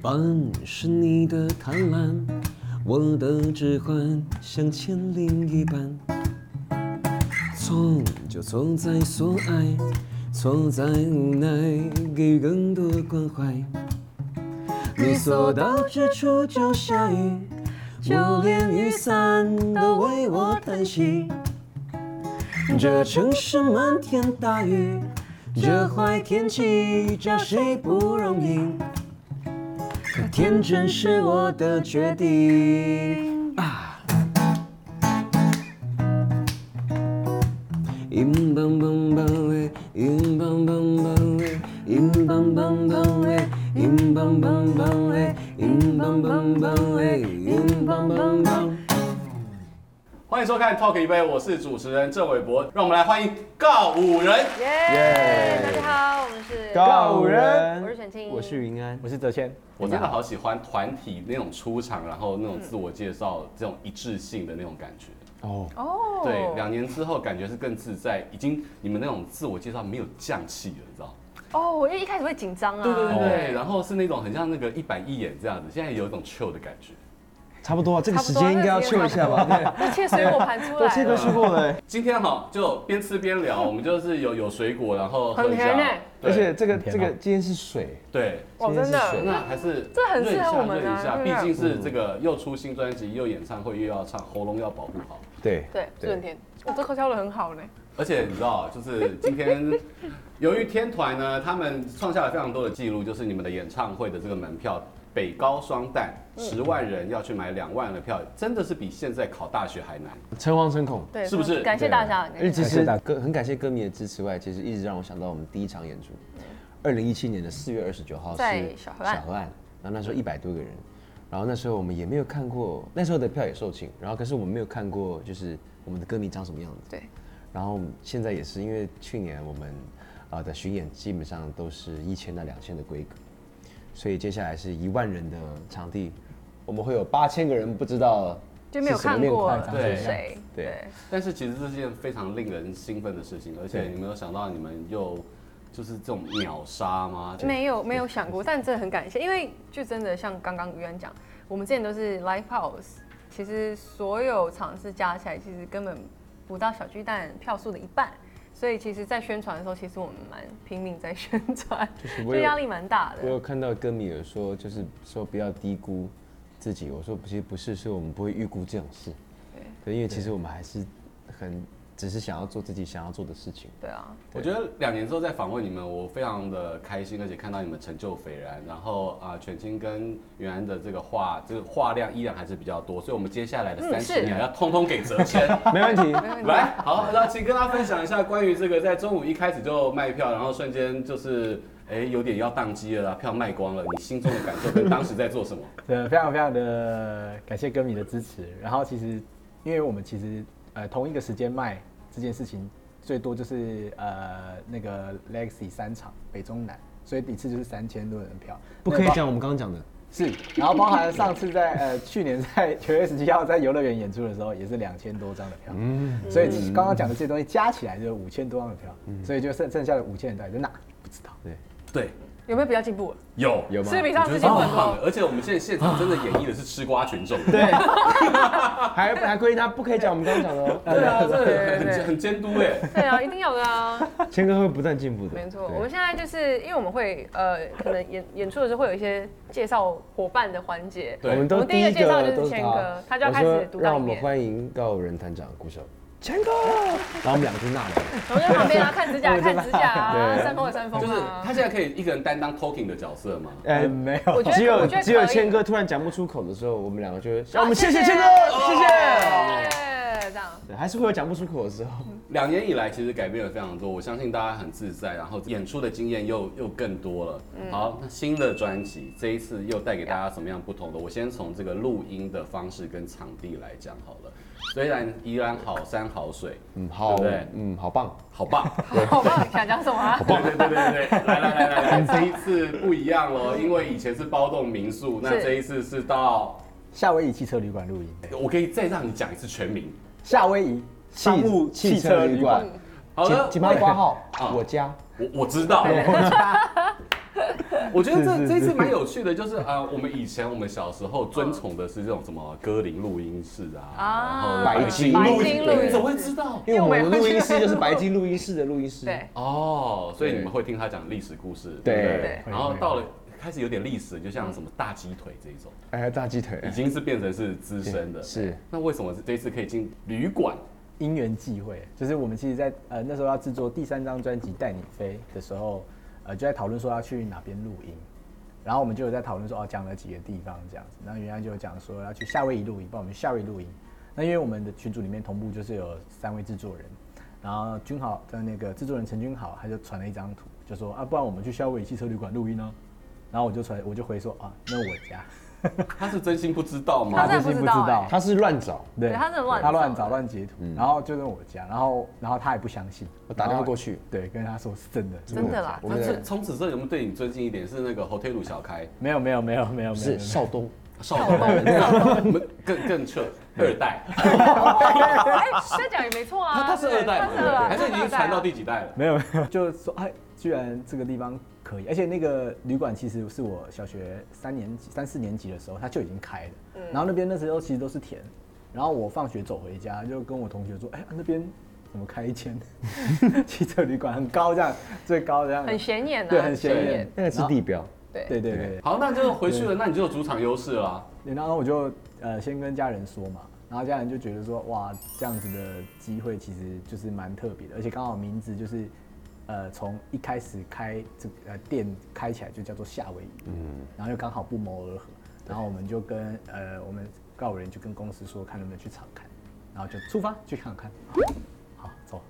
伴是你的贪婪，我的置换像千零一般。错就错在所爱，错在无奈给予更多关怀。你所到之处就下雨，就连雨伞都为我叹息。这城市漫天大雨，这坏天气找谁不容易？可天真是我的决定啊！银棒棒棒哎，银棒棒棒哎，银棒棒棒哎，银棒棒棒哎，银棒棒棒哎，银棒棒棒。欢迎收看《Talk 一杯》，我是主持人郑伟博，让我们来欢迎告五人。耶！大家好，我们是告五我是人，沈清，我是云安，我是哲谦，我真的好喜欢团体那种出场，然后那种自我介绍，这种一致性的那种感觉。哦，哦，对，两年之后感觉是更自在，已经你们那种自我介绍没有匠气了，你知道吗？哦，我因为一开始会紧张啊，对对对哦对，然后是那种很像那个一板一眼这样子，现在有一种 chill 的感觉。差不多啊，这个差不时多间应该要这个 chill 一时间下吧？对，这切水果盘出都来切都了，吃过了， 今天哈就边吃边聊，我们就是有有水果，然后喝很一甜下欸，对而且这个很甜这啊个今天是水，对，哇，哦真今天的是水那还是这很适合我们啊润一下，润对不对一下毕竟是这个又出新专辑，又演唱会，又要唱，喉咙要保护好。对对，是很甜，我这口敲的很好呢，而且你知道，啊就是今天，由于天团呢，他们创下了非常多的记录，就是你们的演唱会的这个门票，北高双旦嗯十万人要去买两万的票，真的是比现在考大学还难。诚惶诚恐。对，是不是感谢大家，而且其感谢实歌很感谢歌迷的支持外，其实一直让我想到我们第一场演出，二零一七年的四月二十九号在是小河岸然后那时候一百多个人，然后那时候我们也没有看过，那时候的票也售罄，然后可是我们没有看过就是我们的歌迷长什么样子，对，然后现在也是因为去年我们啊、呃的巡演基本上都是一千到两千的规格，所以接下来是一万人的场地，我们会有八千个人不知道就没有是什么看面过孔对是谁，对对，但是其实这是件非常令人兴奋的事情，而且对你没有想到你们又就是这种秒杀吗？没有没有想过，但真的很感谢，因为就真的像刚刚于安讲，我们之前都是 live house，其实所有场次加起来，其实根本不到小巨蛋票数的一半，所以其实，在宣传的时候，其实我们蛮拼命在宣传，就是我就有压力蛮大我的。有看到歌迷有说，就是说不要低估自己。我说其实不是，是我们不会预估这种事。对，因为其实我们还是很只是想要做自己想要做的事情。对啊，我觉得两年之后再访问你们，我非常的开心，而且看到你们成就斐然。然后啊、犬青跟袁安的这个话，这个话量依然还是比较多，所以我们接下来的嗯三十是秒要通通给哲谦。没问题，没问题。 来，好，那请跟大家分享一下关于这个在中午一开始就卖票，然后瞬间就是哎有点要宕机了啦，票卖光了，你心中的感受跟当时在做 什么？呃，非常非常的感谢歌迷的支持。然后其实，因为我们其实呃同一个时间卖这件事情，最多就是呃那个 Legacy 三场北中南，所以一次就是三千多人票，不可以讲我们刚刚讲的。是。然后包含上次在呃去年在九月十七号在游乐园演出的时候，也是两千多张的票，嗯，所以其实刚刚讲的这些东西加起来就是五千多张的票，所以就剩剩下的五千人到底在哪？不知道。对，对，有没有比较进步了？有有吗是不是比我上次觉得进超步很棒多的，。哦而且我们现在现场真的演绎的是吃瓜群众。对，还还规定他不可以讲我们刚刚讲 的哦。对啊，对 对这对很很监督哎。对啊，一定有的 啊。谦哥会不断进步的。没错，对我们现在就是因为我们会呃，可能演演出的时候会有一些介绍伙伴的环节。对我们我都们第一第个一介绍个就是都是谦他哥，他就要开我始说独让我当一们面。欢迎告人团长鼓手谦哥，然后我们两个就纳 凉。我们在旁边啊，看指甲，看指甲啊，对扇风的扇风就是啊他。现在可以一个人担当 talking 的角色嘛？呃，没有。我觉得只我哎有觉得只有可以谦哥突然讲不出口的时候，我们两个就会，啊让我们谢谢谦哥，谢谢。谢，这样。对，还是会有讲不出口的时候。两年以来，其实改变了非常多，我相信大家很自在，然后演出的经验又又更多了。好，那新的专辑这一次又带给大家什么样不同的？我先从这个录音的方式跟场地来讲好了。虽然依然好山好水，嗯，好对不对，嗯，好棒。好棒，好吧，想讲什么啊？ 对对对对对，来来来来来，这一次不一样喽，因为以前是包栋民宿，那是这一次是到，哎夏威夷汽车旅馆录音，我可以再让你讲一次全名。夏威夷商务汽车旅馆。好请了，请帮我挂啊号，我家。我我知道， 我觉得这是是这一次蛮有趣的，就是啊，我们以前我们小时候遵从的是这种什么歌林录音室啊，然后啊白金录白音金对录音你怎么会知道？因为我们因为我也会录音室就是白金录音室的录音 室。对，哦，所以你们会听他讲历史故事，对不对对？然后会到了开始有点历史，就像什么大鸡腿这一种，哎，大鸡腿已经是变成是资深的。是那为什么这一次可以进旅馆？因缘际会，就是我们其实在呃那时候要制作第三张专辑《带你飞》的时候，呃就在讨论说要去哪边录音，然后我们就有在讨论说哦讲了几个地方这样子，然后原来就有讲说要去夏威夷录音，帮我们去夏威夷录音。那因为我们的群组里面同步就是有三位制作人，然后呃君豪的那个制作人陈君豪他就传了一张图，就说啊不然我们去夏威夷汽车旅馆录音呢、然后我就传我就回说啊那我家，他是真心不知道他吗？真的自己不不知知道道哎，他是乱找，对，对他真的乱他找乱的找乱截图，然后就跟我家，然后然后他也不相信，我打电话过去，对，跟他说是真的，真的啦我那们这的从此之后有没有对你尊敬一点？是那个 Hotel 小开没有没有没有没有没有，是少东，少 东，我们更更彻二代，哎，这样讲也没错啊。他他是二代他嘛，是对不二代，对还是已他经二代啊传到第几代了？没有没有， 就说哎，居然这个地方可以，而且那个旅馆其实是我小学三年级、三四年级的时候他就已经开了，嗯然后那边那时候其实都是田，然后我放学走回家就跟我同学说，哎，那边怎么开 一间汽车旅馆，很高这样，最高这样，很显眼啊，对，很显眼，那个是地标。对对对对，好，那就是回去了，那你就有主场优势了啊。对然后我就呃先跟家人说嘛，然后家人就觉得说哇这样子的机会其实就是蛮特别的，而且刚好名字就是呃从一开始开这个呃店开起来就叫做夏威夷，嗯，然后又刚好不谋而合，然后我们就跟呃我们告五人就跟公司说看能不能去场看，然后就出发去看看，好走，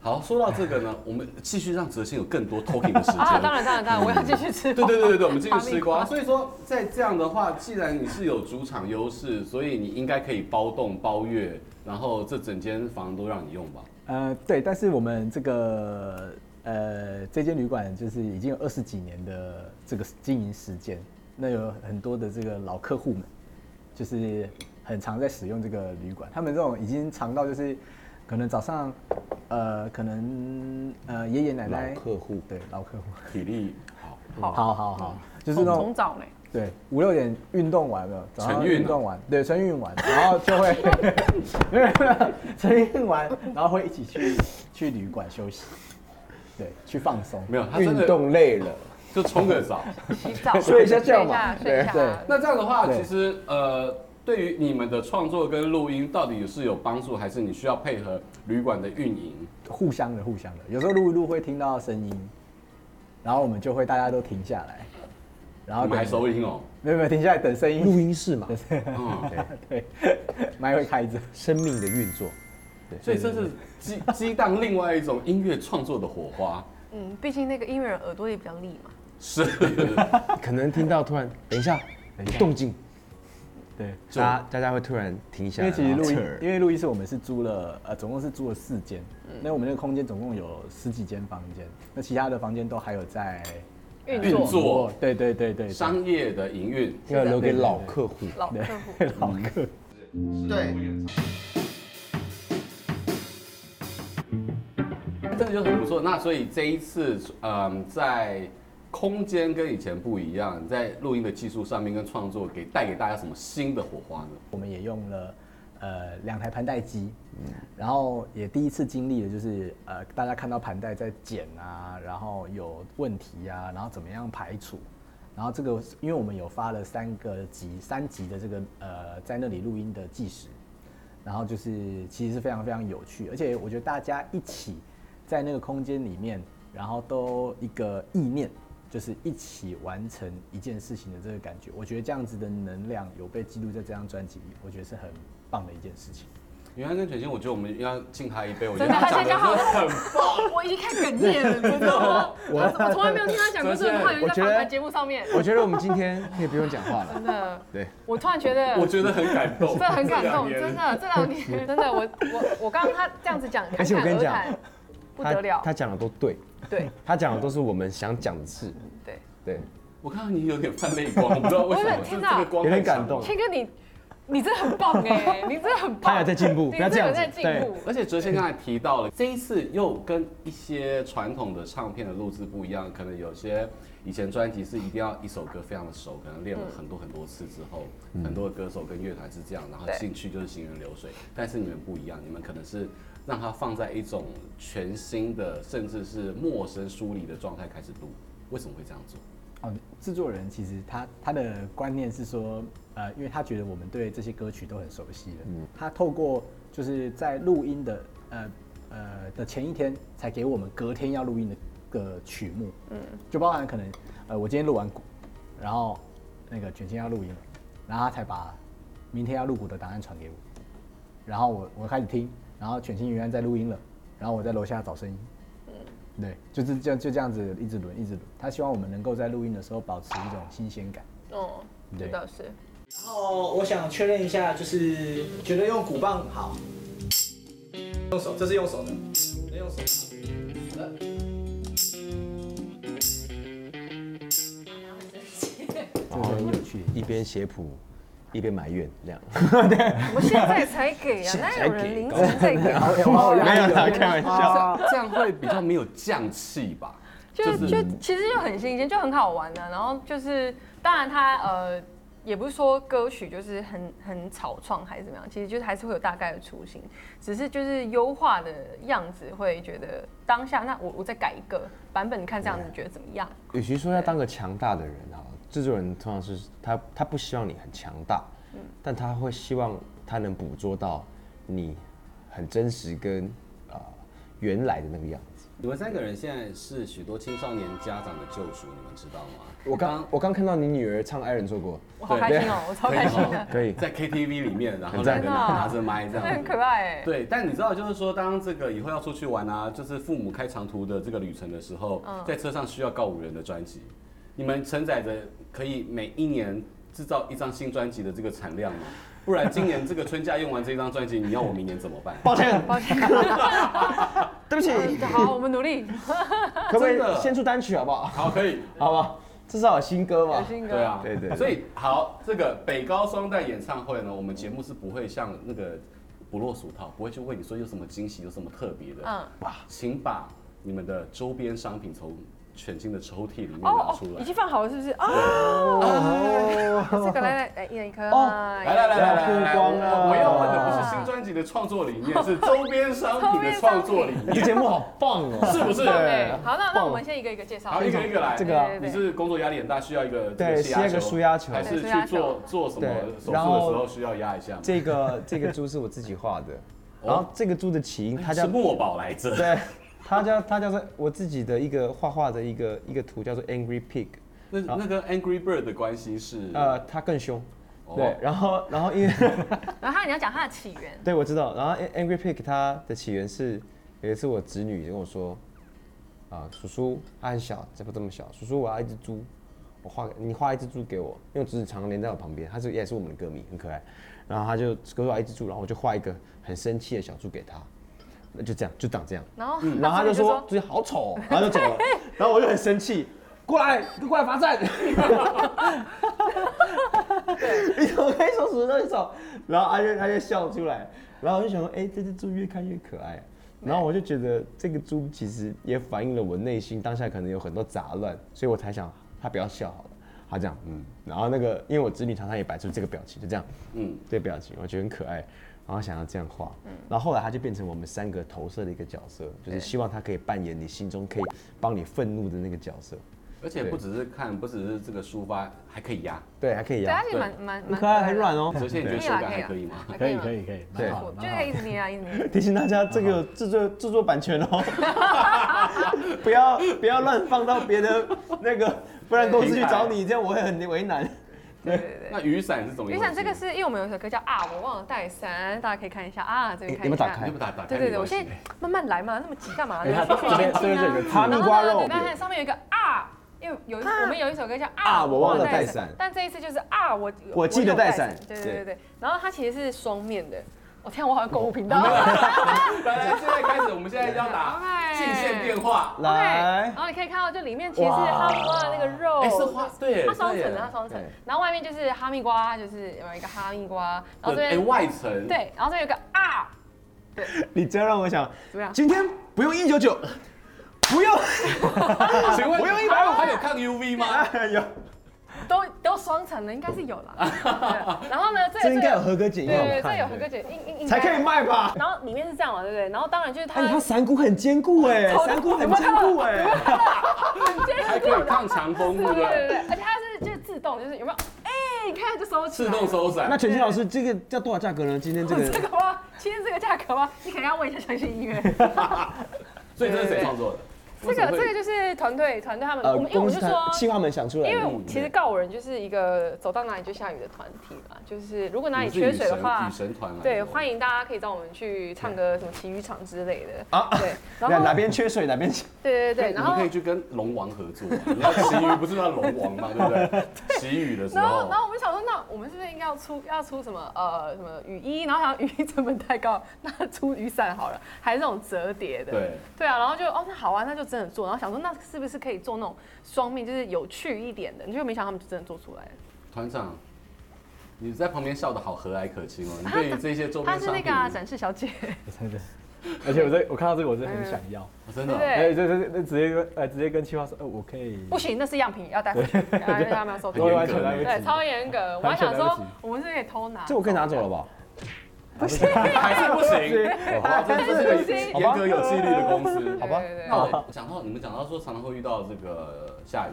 好，说到这个呢，我们继续让哲信有更多 talking 的时间。啊，当然当然当然，我要继续吃。对对对对对，我们继续吃 哈瓜。密所以说，在这样的话，既然你是有主场优势，所以你应该可以包栋包月，然后这整间房都让你用吧。呃对，但是我们这个呃这间旅馆就是已经有二十几年的这个经营时间，那有很多的这个老客户们，就是很常在使用这个旅馆，他们这种已经常到就是可能早上呃可能呃爷爷奶哎奶老客户对老客户，体力好，好好好好，就是从那从种早呢，对，五六点运动完了，早上晨运啊运动完，对，晨运完，然后就会，没有没有，晨运完，然后会一起去去旅馆休息，对，去放松。没有他真运的动累了，就冲个澡。洗澡，睡一下觉嘛睡一下，睡一下。那这样的话，对其实呃，对于你们的创作跟录音到底是有帮助，还是你需要配合旅馆的运营？互相的，互相的，有时候录一录会听到声音，然后我们就会大家都停下来，然后你们还等，收音哦。没有没有停下来等声音， 录音室嘛，嗯，对，麦会开着，生命的运作。所以这是激激荡另外一种音乐创作的火花。嗯，毕竟那个音乐人耳朵也比较利嘛。是，可能听到突然，等一下，有动静，对。就大家大家会突然停下因来，为其实录音然后侧耳，因为录音室我们是租了，呃，总共是租了四间，那我们那个空间总共有十几间房间，那其他的房间都还有在呃运作运作对对对对，对商业的营运。要留给老客户。老客户，老嗯客对。这个就很不错。那所以这一次，嗯，在空间跟以前不一样，你在录音的技术上面跟创作给带给大家什么新的火花呢？我们也用了呃两台盘带机，嗯然后也第一次经历的就是呃大家看到盘带在剪啊，然后有问题啊，然后怎么样排除，然后这个因为我们有发了三个集三集的这个呃在那里录音的计时，然后就是其实是非常非常有趣，而且我觉得大家一起在那个空间里面，然后都一个意念，就是一起完成一件事情的这个感觉，我觉得这样子的能量有被记录在这张专辑里，我觉得是很棒的一件事情。原来跟全新，我觉得我们要敬他一杯。我觉真得的，他他讲现的在好真的很棒， 我已经开始哽咽了，真的。 我我从来没有听他讲过这种话，我有在觉访得谈节目上面，我觉得我们今天可以不用讲话了真。的，对，我突然觉得， 我觉得很感动，这很感动，这两 真年。的，这两年 真的，我我我刚刚他这样子讲，而且我跟你讲侃侃而谈， 不得了他，他讲的都对，对他讲的都是我们想讲的事。对。对，我看到你有点泛泪光，我不知道为什么，不是就是天这哪个光有点太强感动了谦哥你，你真的很棒哎，你真的很棒。他有在进步你不要这样真的有子在进步。而且哲贤刚才提到了，这一次又跟一些传统的唱片的录制不一样，可能有些以前专辑是一定要一首歌非常的熟，可能练了很多很多次之后，嗯很多的歌手跟乐团是这样，然后对进去就是行云流水。但是你们不一样，你们可能是让它放在一种全新的，甚至是陌生疏离的状态开始录。为什么会这样做？哦，制作人其实他他的观念是说，呃，因为他觉得我们对这些歌曲都很熟悉了，他透过就是在录音的呃呃的前一天才给我们隔天要录音的个曲目，嗯，就包含可能呃我今天录完鼓，然后那个卷先要录音了，然后他才把明天要录鼓的档案传给我，然后我我开始听，然后卷心原来在录音了，然后我在楼下找声音，对，就是这样就这样子一直轮一直轮。他希望我们能够在录音的时候保持一种新鲜感。哦，这对倒是。然后我想确认一下，就是觉得用鼓棒好，用手，这是用手的，能用手。好的。这个很有趣。一边写谱，一边埋怨这样。我现在才 给啊，哪有人凌晨再给？没有啦，开玩笑。哦这样会比较没有匠气吧？就就是就其实就很新鲜，就很好玩的、然后就是，当然它呃，也不是说歌曲就是很很草创还是怎么样，其实就是还是会有大概的雏形，只是就是优化的样子会觉得当下那我我再改一个版本，你看这样子觉得怎么样？与其说要当个强大的人哈，制作人通常是他他不希望你很强大，但他会希望他能捕捉到你很真实跟啊、呃原来的那个样子。你们三个人现在是许多青少年家长的救赎，你们知道吗？我刚我刚看到你女儿唱《爱人错过我好开心哦、我超开心的，可以在 KTV 里面，然后两很赞个人拿着麦这真的样 很子。可爱哎、对，但你知道，就是说，当这个以后要出去玩啊，就是父母开长途的这个旅程的时候，嗯在车上需要告五人的专辑，你们承载着可以每一年制造一张新专辑的这个产量吗？不然今年这个春假用完这张专辑，你要我明年怎么办？抱歉，抱 歉，对不起，好，我们努力。可不可以真的先出单曲好不好？好，可以。好吧，至少有新歌嘛 有。新歌对啊，对对对所以好，这个北高双旦演唱会呢，我们节目是不会像那个不落俗套，不会去为你说有什么惊喜，有什么特别的。嗯嗯，哇，请把你们的周边商品从犬青的抽屉里面拿哦出哦，来。已经放好了是不是？哦，这个来来来，一人一颗。哦来来来来来来来，曝我光了我要问的不是新专辑的创作理念，是周边商品的创作理这念，节目好棒哦，是不是？对，好，那那棒我们先一个一个介绍。好，一个一个来。这个啊对对你对是工作压力很大，需要一个这对需要一个舒压球还是对舒去压做球做什么对手术的时然后候需要压一下吗？这个这个猪是我自己画的，哦然后这个猪的起因，它叫是墨宝来着。 对，它叫它叫做我自己的一个画画的一个一个图叫做 Angry Pig，那那跟 Angry Bird 的关系是呃，它更凶。嗯哦对，然后然后因为，然后他你要讲他的起源对我知道，然后 An- Angry Pig 它的起源是有一次我侄女跟我说，啊、叔叔它很小，这不这么小，叔叔我要一只猪，我画你画一只猪给我，因为我侄女常常黏在我旁边，她是也是我们的歌迷，很可爱，然后她就给我一只猪，然后我就画一个很生气的小猪给她，那就这样就长这样，然后嗯然后他就侄女说自己好丑、哦，然后就 走了。然后我就很生气，过来，过来罚站。你怎么可以说叔叔那么丑？然后他就他就笑出来，然后我就想说，哎、这只猪越看越可爱。然后我就觉得这个猪其实也反映了我内心当下可能有很多杂乱，所以我才想他不要笑好了。他这样，嗯，然后那个因为我侄女常常也摆出这个表情，就这样，嗯嗯，这个表情我觉得很可爱，然后想要这样画，嗯然后后来他就变成我们三个投射的一个角色，就是希望他可以扮演你心中可以帮你愤怒的那个角色，而且不只是看，不只是这个抒发，还可以压。对，还可以啊对，啊他呀，其实蛮蛮很蛮可爱，很软哦。首先你觉可得以手啦，感可以啊还啦可以吗？还可可以以可以，以可以，对蛮好我的就蛮好可的以一直捏啊，一直捏。提醒大家，这个有制作制作版权哦， 不要不要乱放到别的那个，不然公司去找你，这样我会很为难。对对对。那雨伞是怎么一回你事？想这个是因为我们有一首歌叫啊，我忘了带伞，大家可以看一下啊，这边看你一们下。打开你不打打开对对没对，我关系现在慢慢来嘛，那么急干嘛？因为它你说这边前进啊这边就有一个字哈密瓜然后呢，肉哦对，它上面有一个啊，因为有一我们有一首歌叫啊啊，我忘了带伞但这一次就是啊，我我记得有带带伞对对对对对。然后它其实是双面的，我天啊，我好像购物频道。来来，现在开始，我们现在要打 OK 进线电话。来然后你可以看到，就里面其实是哈密瓜的那个肉，哎，是花，对，它双对层的，它双层对。然后外面就是哈密瓜，就是有一个哈密瓜，然后这对，哎，边外层，，哦对，然后这边有个啊，对，你这让我想，怎么样？今天不用一九九，不用， 啊请问不用一百五，还有抗 UV 吗？有，都都双层的，应该是有啦。对然后呢，这这应该有合格检对验，对，对这有合合格检，应应应才可以该。卖吧？然后里面是这样嘛，对不对？然后当然就是它哎，它伞骨很坚固哎，伞骨很坚固哎，很坚还可以抗强风，对对不对对对？对，而且它是就是自动，就是有没有？哎，你看就收起自来动。收伞那。全新老师这个要多少价格呢？今天这个这个吗？今天这个价格吗？你可能要问一下相信音乐。所以这是谁创作的？这个为什么会这个就是团队团队他们，我们因为我呃公们司就说它。企划们想出来的，因为我其实告五人就是一个走到哪里就下雨的团体嘛，就是如果哪里你是缺水的雨神话雨，神团来的对，欢迎大家可以找我们去唱歌，什么体育场之类的啊 对，然哪后哪边缺水哪边 对对对，你然们后可以去跟龙王合作 啊，你要祈雨不是要龙王嘛，对不对？祈雨的时然后候然，后我们想说，那我们是不是应该要出要出什么呃什么雨衣？然后想雨衣成本太高，那出雨伞好了，还是那种折叠的。对，对啊，然后就哦，那好啊，那就真的做。然后想说，那是不是可以做那种双面，就是有趣一点的？你就没想到他们就真的做出来了。团长，你在旁边笑的好和蔼可亲哦。你对于这些周她边啊是商那品个、啊、，展示小姐，真的。而且我在我看到这个，我真的嗯很想要。哦真的对不哦哎， 对？这这这直接跟呃直接跟企划说，呃，我可以。不行，那是样品，要带回去，然后他们要收哦很我严会格走。完全来不对，及。超严格。我还想完全来说不及，我们是不是可以偷拿？这我可以拿走了吧？还是不行。哇，这是 个不行严格有纪律的公司。对吧对对那我讲到你们讲到说常常会遇到这个下雨，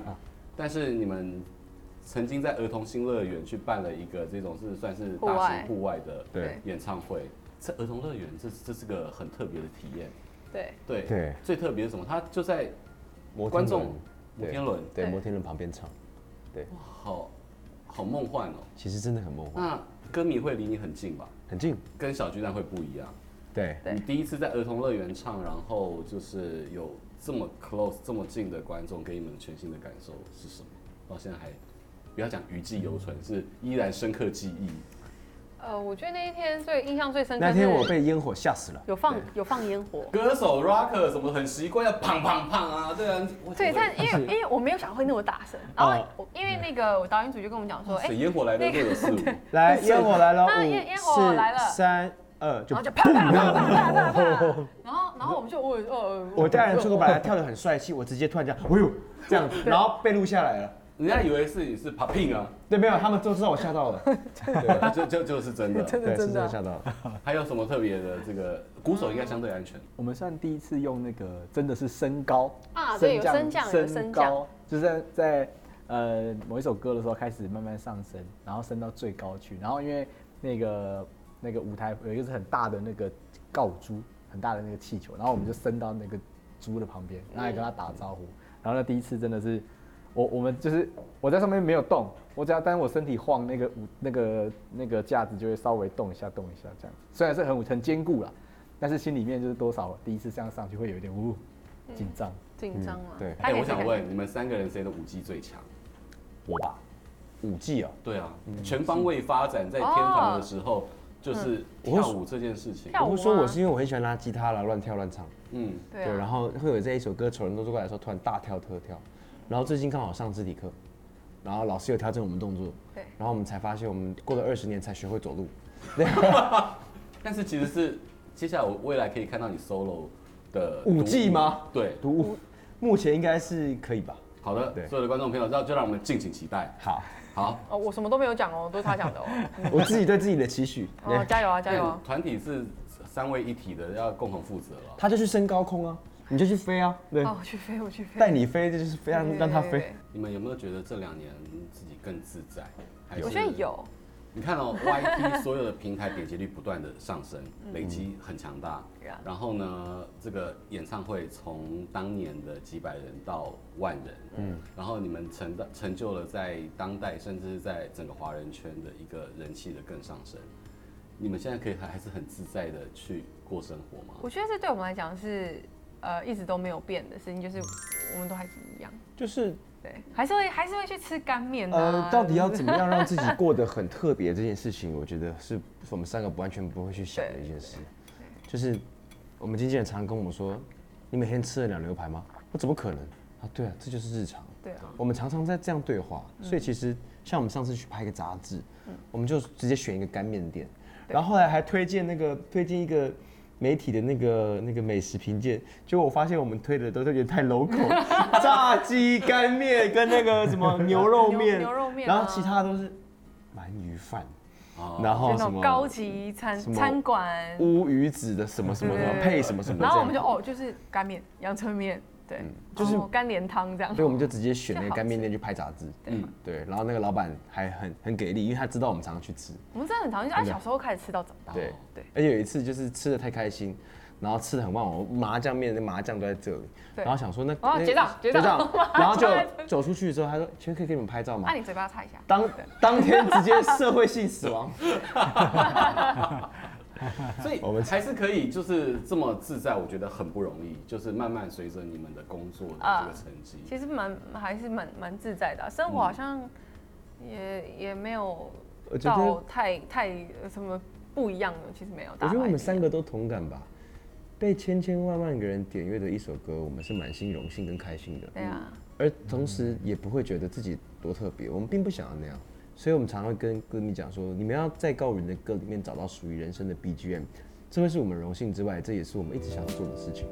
但是你们曾经在儿童新乐园去办了一个这种是算是大型户外的对演唱会，这儿童乐园这这是个很特别的体验，对对对最特别是什么？它就在摩天轮观众摩对天轮，对对摩天轮旁边唱，好好梦幻哦。其实真的很梦幻，那歌迷会离你很近吧？很近，跟小巨蛋会不一样。对对你第一次在儿童乐园唱，然后就是有这么 close、这么近的观众给你们全新的感受是什么？到现在还不要讲余悸犹存，是依然深刻记忆。呃，我觉得那一天最印象最深刻。那天我被烟火吓死了。有放有放烟火。歌手 rocker 什么很习惯要砰砰砰啊，对啊，对，但因为因为我没有想到会那么大声，然后我因为那个我导演组就跟我们讲说，哎水，烟火来的若有似无， 来，烟火来了，啊五烟烟火来了四三二，然就后就啪啪啪啪啪啪啪，然后然后我们就我呃，我带人出国本来跳得很帅气，我直接突然这样，哎呦，这样子，然后被录下来了。人家以为是你是 popping 啊，对，没有，他们都知道我吓到了，对，就就就是真 的。真的对，是真真的的吓到了。还有什么特别的？这个鼓手应该相对安全，我们算第一次用那个真的是升高啊对有升降有升降高，就是在在呃某一首歌的时候开始慢慢上升，然后升到最高去，然后因为那个那个舞台有一个是很大的那个告珠，很大的那个气球，然后我们就升到那个猪的旁边，然后也跟他打招呼，然后那第一次真的是。我我们就是我在上面没有动，我只要但是我身体晃，那个舞那个那个架子就会稍微动一下动一下这样子，虽然是很很坚固啦，但是心里面就是多少第一次这样上去会有一点呜紧张。紧张啊。对哎、我想问你们三个人谁的舞技最强？我吧，五 G 啊，对啊，嗯全方位发展在天堂的时候，就是跳舞这件事情。嗯跳舞啊我会说我是因为我很喜欢拉吉他啦，乱跳乱唱。嗯，对对，然啊，后会有这一首歌《丑人都坐过来》的时候，突然大跳特跳。然后最近刚好上肢体课，然后老师有调整我们动作，对然后我们才发现我们过了二十年才学会走路。但是其实是接下来我未来可以看到你 solo 的舞技吗？对，读物目前应该是可以吧？好的，对所有的观众朋友，就就让我们敬请期待。好，好，哦，我什么都没有讲哦，都是他讲的哦。我自己对自己的期许。 哦，加油啊，加油啊！团体是三位一体的，要共同负责了。他就去升高空啊，你就去飞啊，对，哦，我去飞，我去飞。带你飞，这就是非让对让他。对飞对。你们有没有觉得这两年自己更自在？还对是我觉得。有，你看哦，YT 所有的平台点击率不断的上升，累积很强大。 Yeah 然后呢，这个演唱会从当年的几百人到万人，嗯，然后你们成的成就了在当代甚至是在整个华人圈的一个人气的更上升。你们现在可以还还是很自在的去过生活吗？ 我觉得这对我们来讲是，呃一直都没有变的事情，就是我们都还是一样，就是对，还是会还是会去吃干面啊。呃，到底要怎么样让自己过得很特别这件事情， 我觉得是我们三个完全不会去想的一 件事。就是我们经纪人常跟我们说：“你每天吃得了牛排吗？”我怎么可能啊？对啊，这就是日常。对啊，我们常常在这样对话，所以其实像我们上次去拍一个杂志，嗯我们就直接选一个干面店，然后后来还推荐那个推荐一个媒体的那个那个美食评鉴，结果我发现我们推的都有点 太 local，炸鸡干面跟那个什么牛肉面，牛牛肉面啊然后其他都是鳗鱼饭，哦然就后那什种么高级餐什么餐馆，乌鱼子的什么什么什么对配什么什么这样，嗯然后我们就哦，就是干面、阳春面，对，就是干莲汤这样所以。我们就直接选那这个好干面吃店去拍杂志，对嗯，对，然后那个老板还很很给力，因为他知道我们常常去吃，我们真的很讨厌，就按真的小时候开始吃到长大。对对而且有一次就是吃的太开心，然后吃的很忘我，麻酱面的麻酱都在这里，对然后想说那哦那结账结结账账 麻，然后就酱在这里走出去之后，他说：“请问可以给你们拍照吗那、啊你嘴巴擦一下？”。当当天直接社会性死亡， 所以我们还是可以就是这么自在，我觉得很不容易。就是慢慢随着你们的工作的这个成绩，其实蛮还是蛮蛮自在的啊、生活好像也、也没有嗯我觉得到太太呃什么不一样的，其实没有。我大家觉得都我还们是三个都同感吧。被千千万万个人点阅的一首歌，我们是满心荣幸跟开心的。对啊，而同时也不会觉得自己多特别，我们并不想要那样，所以我们常会跟歌迷讲说，你们要在高人的歌里面找到属于人生的 BGM，这会是我们荣幸之外，这也是我们一直想做的事情。